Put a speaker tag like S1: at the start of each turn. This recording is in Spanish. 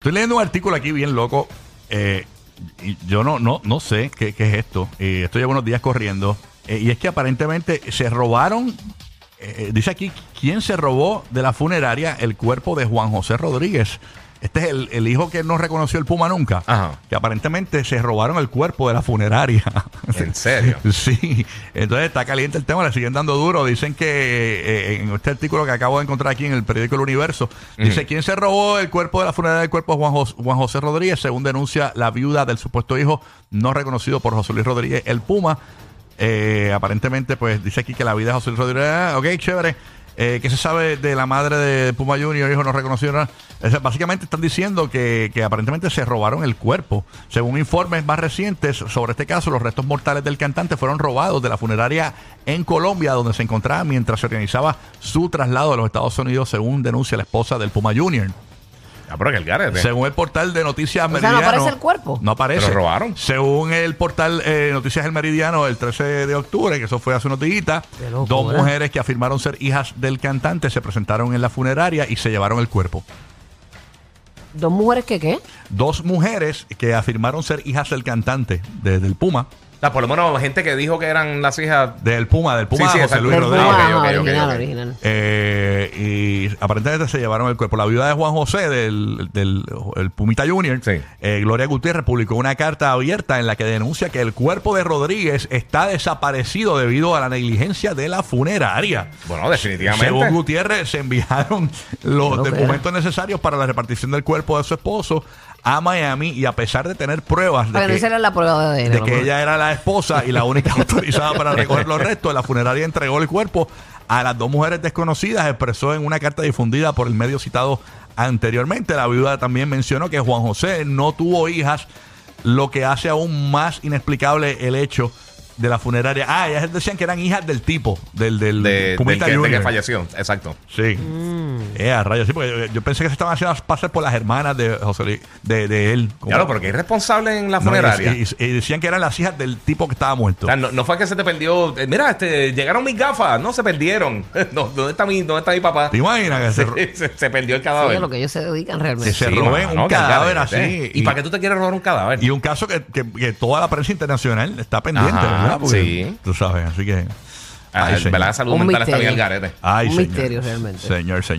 S1: Estoy leyendo un artículo aquí bien loco. eh, y yo no, no, no sé qué, qué es esto. Eh, esto lleva unos días corriendo. eh, y es que aparentemente se robaron. eh, eh, dice aquí quién se robó de la funeraria el cuerpo de Juan José Rodríguez. Este es el, el hijo que no reconoció el Puma nunca.
S2: Ajá.
S1: Que aparentemente se robaron el cuerpo de la funeraria.
S2: ¿En serio?
S1: Sí, entonces está caliente el tema, le siguen dando duro. Dicen que eh, en este artículo que acabo de encontrar aquí en el periódico El Universo, dice, ¿quién se robó el cuerpo de la funeraria del cuerpo de Juan, Jos- Juan José Rodríguez? Según denuncia la viuda del supuesto hijo no reconocido por José Luis Rodríguez, el Puma. Eh, aparentemente, pues dice aquí que la vida de José Luis Rodríguez, ah, ok, chévere. Eh, ¿Qué se sabe de la madre de Puma Junior, hijo no reconocido? nada? O sea, Básicamente están diciendo que, que aparentemente se robaron el cuerpo. Según informes más recientes sobre este caso, los restos mortales del cantante fueron robados de la funeraria en Colombia, donde se encontraba mientras se organizaba su traslado a los Estados Unidos, según denuncia la esposa del Puma Junior.
S2: Ah, pero que el garete.
S1: Según el portal de Noticias
S3: O sea,
S1: Meridiano.
S3: ¿no aparece el cuerpo?
S1: No aparece.
S2: Pero robaron.
S1: Según el portal eh, Noticias El Meridiano, el 13 de octubre, que eso fue hace unos días,
S3: Qué locura.
S1: dos mujeres que afirmaron ser hijas del cantante se presentaron en la funeraria y se llevaron el cuerpo.
S3: ¿Dos mujeres que qué?
S1: Dos mujeres que afirmaron ser hijas del cantante, de- del Puma,
S2: O sea, por lo menos gente que dijo que eran las hijas.
S1: del Puma, del Puma
S2: Sí, sí,
S1: José
S2: exacto.
S1: Luis
S2: Del
S3: Del
S1: Rodríguez.
S2: Puma.
S3: Puma,
S2: ok, ok,
S3: ajá, original,
S2: ok, ok.
S3: original.
S1: Eh, y aparentemente se llevaron el cuerpo. La viuda de Juan José, del, del- el Pumita Junior,
S2: Sí.
S1: eh, Gloria Gutiérrez, publicó una carta abierta en la que denuncia que el cuerpo de Rodríguez está desaparecido debido a la negligencia de la funeraria.
S2: Bueno, definitivamente.
S1: Según Gutiérrez, se enviaron los
S3: Creo que
S1: documentos necesarios para la repartición del cuerpo de su esposo a Miami y a pesar de tener pruebas de
S3: Para que no
S1: que,
S3: hicieran la prueba de ADN.
S1: de
S3: ¿no?
S1: que ella era la esposa y la única autorizada para recoger los restos. La funeraria entregó el cuerpo a las dos mujeres desconocidas, expresó en una carta difundida por el medio citado anteriormente. La viuda también mencionó que Juan José no tuvo hijas, lo que hace aún más inexplicable el hecho de la funeraria. Ah, ellas decían que eran hijas del tipo, del, del
S2: de, del
S1: Pumita
S2: que, de que
S1: Junior.
S2: falleció. Exacto.
S1: Sí. Eh, a rayos, sí, porque yo, yo pensé que se estaban haciendo pasar por las hermanas de José Luis- de, de él. Como-
S2: Claro, porque es responsable en la
S1: No, y-
S2: funeraria.
S1: y, y decían que eran las hijas del tipo que estaba muerto.
S2: O sea, no, no fue que se te perdió. eh, mira, este, llegaron mis gafas. No, se perdieron. No, ¿dónde, está mi, ¿Dónde está mi papá?
S1: ¿Te imaginas que se, ro-
S2: Se, se- se perdió el
S3: Sí,
S2: cadáver.
S3: a lo que ellos se dedican realmente.
S1: que se roben
S2: mano,
S1: un
S2: que el
S1: cadáver
S2: garete.
S1: así?
S2: ¿Y, para qué tú te quieres robar un cadáver?
S1: y un caso que, que- que toda la prensa internacional está pendiente,
S2: Ajá,
S1: ¿verdad? Porque
S2: sí.
S1: Tú sabes, así que.
S2: Ah,
S1: Ay, señor.
S2: ¿Verdad? La salud
S3: Un
S2: mental está bien el eh.
S3: misterio.
S2: garete.
S1: Ay,
S3: Un
S1: señor.
S3: misterio realmente.
S1: Señor, señor.